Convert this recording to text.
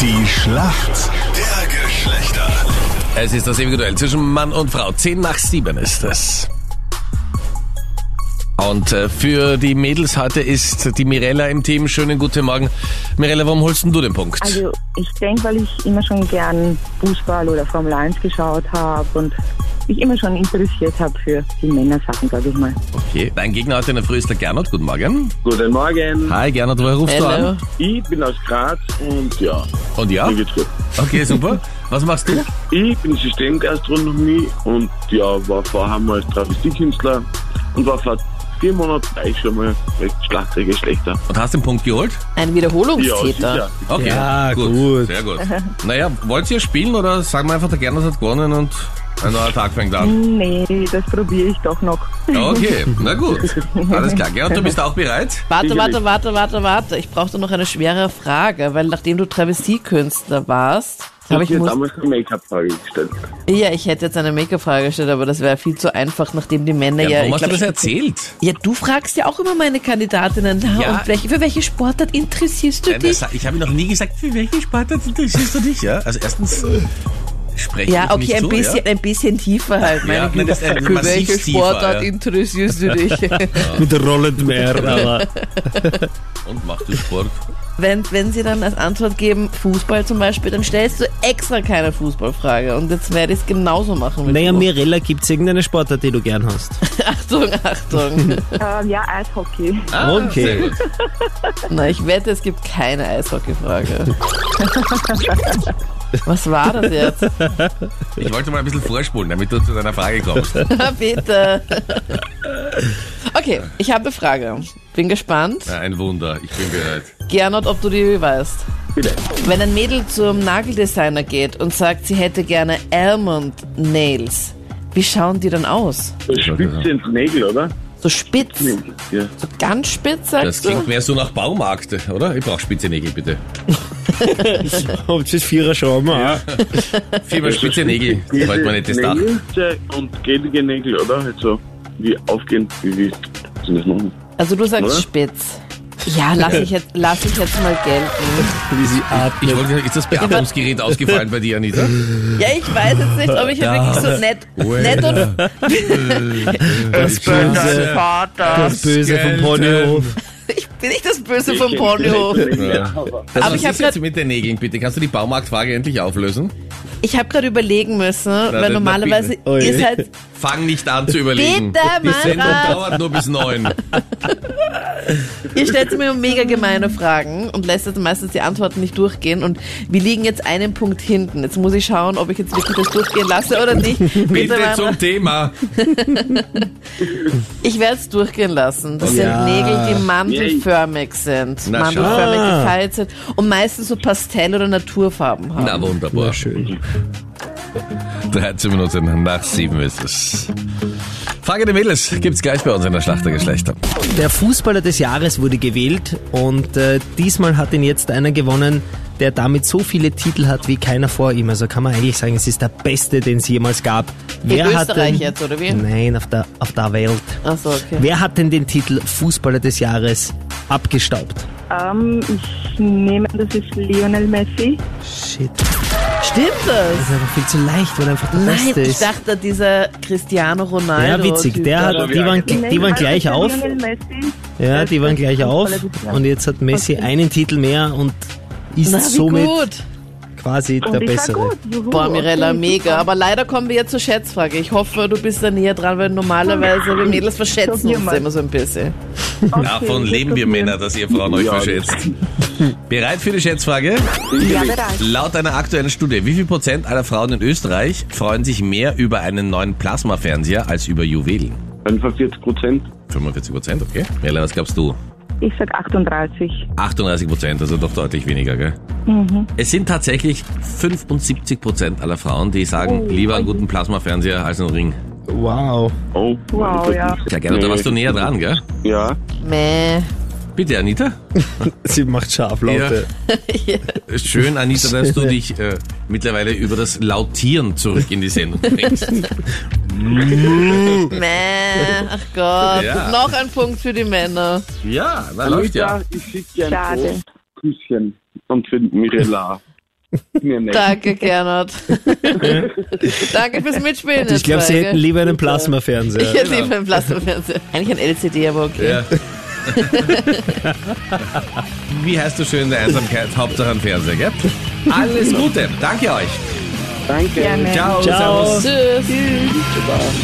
Die Schlacht der Geschlechter. Es ist das ewige Duell zwischen Mann und Frau. Zehn nach sieben ist es. Und äh, für die Mädels heute ist die Mirella im Team. Schönen guten Morgen. Mirella, warum holst denn du den Punkt? Also ich denke, weil ich immer schon gern Fußball oder Formel 1 geschaut habe und mich immer schon interessiert habe für die Männersachen, sage ich mal. okay. Dein Gegner heute in der Früh ist der Gernot. Guten Morgen. Guten Morgen. Hi Gernot, woher rufst du Hallo. an? Ich bin aus Graz und ja, Und ja? mir geht's gut. Okay, super. Was machst du? Ich bin Systemgastronomie und ja, war vorher mal Travestiekünstler und war vor vier Monaten gleich schon mal mit Schlachter Geschlechter. Und hast den Punkt geholt? Ein Ja, Wiederholungstäter. sicher. Okay. Ja, gut. Sehr gut. Naja, wollt ihr spielen oder sagen wir einfach, der Gernot hat gewonnen und ein neuer Tag fängt an? Nee, das probiere ich doch noch. Okay, na gut. Alles klar. Gernot, du bist auch bereit? Warte, Sicherlich. warte, warte, warte, warte. Ich brauchte noch eine schwere Frage, weil nachdem du Travestiekünstler warst, habe ich ich habe muss damals eine Make-up-Frage gestellt. Ja, ich hätte jetzt eine Make-up-Frage gestellt, aber das wäre viel zu einfach, nachdem die Männer ja, warum ich hast du glaub, das erzählt? ja, du fragst ja auch immer meine Kandidatinnen na, Ja. und welche, für welche Sportart interessierst du Nein, dich? das, ich habe noch nie gesagt, für welche Sportart interessierst du dich, ja? Also erstens spreche Ja, ich okay, nicht ein so, bisschen, ein bisschen tiefer halt, meine Ja, nein, Güte. das ist ein Für massiv welche tiefer, Sportart ja. interessierst du dich? Mit rollendem R, Genau. aber. Ja. Und machst du Sport? wenn, wenn sie dann als Antwort geben, Fußball zum Beispiel, dann stellst du extra keine Fußballfrage. Und jetzt werde ich es genauso machen. mit Naja, du. Mirella, gibt's irgendeine Sportart, die du gern hast? Achtung, Achtung. Ähm, ja, Eishockey. Ah, Okay. sehr gut. Na, ich wette, es gibt keine Eishockey-Frage. Was war das jetzt? Ich wollte mal ein bisschen vorspulen, damit du zu deiner Frage kommst. Bitte. Okay, ich habe eine Frage. Bin gespannt. Ja, ein Wunder, ich bin bereit. Gernot, ob du die weißt. Bitte. Wenn ein Mädel zum Nageldesigner geht und sagt, sie hätte gerne Almond Nails, wie schauen die dann aus? So spitze genau. ins Nägel, oder? So spitz, Ja. so ganz spitz, sagst Das du? klingt mehr so nach Baumarkt, oder? Ich brauche spitze Nägel, bitte. Habt ihr vierer Schrauben? Ja. Viermal Äh, spitze Nägel, wollte man nicht das Dach. Nägel und gelige Nägel, oder? Also, wie aufgehend, wie wie sind das machen? Also du sagst Oder? spitz. Ja, lass ich jetzt, lass ich jetzt mal gelten. Wie sie atmet. Ich wollte sagen, ist das Beatmungsgerät ausgefallen bei dir, Anita? Ja, ich weiß jetzt nicht, ob ich jetzt wirklich so nett, nett und Das böse- das Böse vom Ponyhof. ich bin nicht das Böse Ich vom kenn Ponyhof. vielleicht nicht, Ja. aber- Das Aber Aber ich ich hab Also ist jetzt grad- mit den Nägeln, bitte. Kannst du die Baumarktfrage endlich auflösen? Ich habe gerade überlegen müssen, weil dann- normalerweise Oh je. ist halt Fang nicht an zu überlegen. Bitte, Die Sendung Mara. dauert nur bis neun. Ihr stellt mir um mega gemeine Fragen und lässt jetzt meistens die Antworten nicht durchgehen. Und wir liegen jetzt einen Punkt hinten. Jetzt muss ich schauen, ob ich jetzt wirklich das durchgehen lasse oder nicht. Bitte, Bitte Mara. zum Thema. Ich werde es durchgehen lassen. Das Ja. sind Nägel, die mandelförmig sind. Na, mandelförmig schau. gefeilt sind und meistens so Pastell- oder Naturfarben haben. Na wunderbar. Ja, schön. 13 Minuten nach sieben ist es. Frage der Mädels gibt's gleich bei uns in der Schlacht der Geschlechter. Der Fußballer des Jahres wurde gewählt und äh, diesmal hat ihn jetzt einer gewonnen, der damit so viele Titel hat wie keiner vor ihm. Also kann man eigentlich sagen, es ist der beste, den es jemals gab. Wer Österreich hat denn, jetzt, oder wie? Nein, auf der, auf der Welt. Achso, Also, okay. Wer hat denn den Titel Fußballer des Jahres abgestaubt? Ähm, ich nehme, an, das ist Lionel Messi. Shit, Stimmt das das? ist einfach viel zu leicht, weil er einfach der Nein, Beste ich ist. dachte, dieser Cristiano Ja, Ronaldo. witzig. Typ Der da. hat, die, waren, Ich nehme die waren an, das gleich ist auf. Lionel Messi. Ja, Das die waren ist gleich der auf. Fußballer des Jahres. Und jetzt hat Messi einen Titel mehr und ist Na, wie somit gut. quasi Und der ich war Bessere. gut. Juhu, Boah, Mirella, okay, mega. Aber leider kommen wir jetzt zur Schätzfrage. Ich hoffe, du bist da näher dran, weil normalerweise wir Mädels So, verschätzen wir uns mal. immer so ein bisschen. okay, Davon leben wir probieren. Männer, dass ihr Frauen euch Ja. verschätzt. Bereit für die Schätzfrage? Ja, bereit. Laut einer aktuellen Studie, wie viel Prozent aller Frauen in Österreich freuen sich mehr über einen neuen Plasmafernseher als über Juwelen? 45 Prozent. 45 Prozent, okay. Merle, was glaubst du? Ich sag 38. 38 Prozent, also doch deutlich weniger, gell? Mhm. Es sind tatsächlich 75 Prozent aller Frauen, die Oh. sagen, lieber einen guten Plasmafernseher als einen Ring. Wow. Oh, Wow, mein ja. Gott. Tja, Gernot, da warst du näher dran, gell? Ja. Meh. Bitte, Anita. Sie macht Schaflaute. Schön, Anita, dass du dich äh, mittlerweile über das Lautieren zurück in die Sendung bringst. Meh. Ach Gott. Ja. Noch ein Punkt für die Männer. Ja, na Anita, ich schicke dir ein Schade. großes Küsschen und für Mirella. Mir nicht. Danke, Gernot. Danke fürs Mitspielen. Ich glaube, Sie hätten lieber. lieber einen Plasmafernseher. Ich hätte lieber einen Plasmafernseher. Eigentlich ein LCD, aber okay. Ja. Wie heißt du schön in der Einsamkeit? Hauptsache ein Fernseher, gell? Alles Gute. Danke euch. Danke. Gerne. Ciao. Ciao. Servus. Tschüss.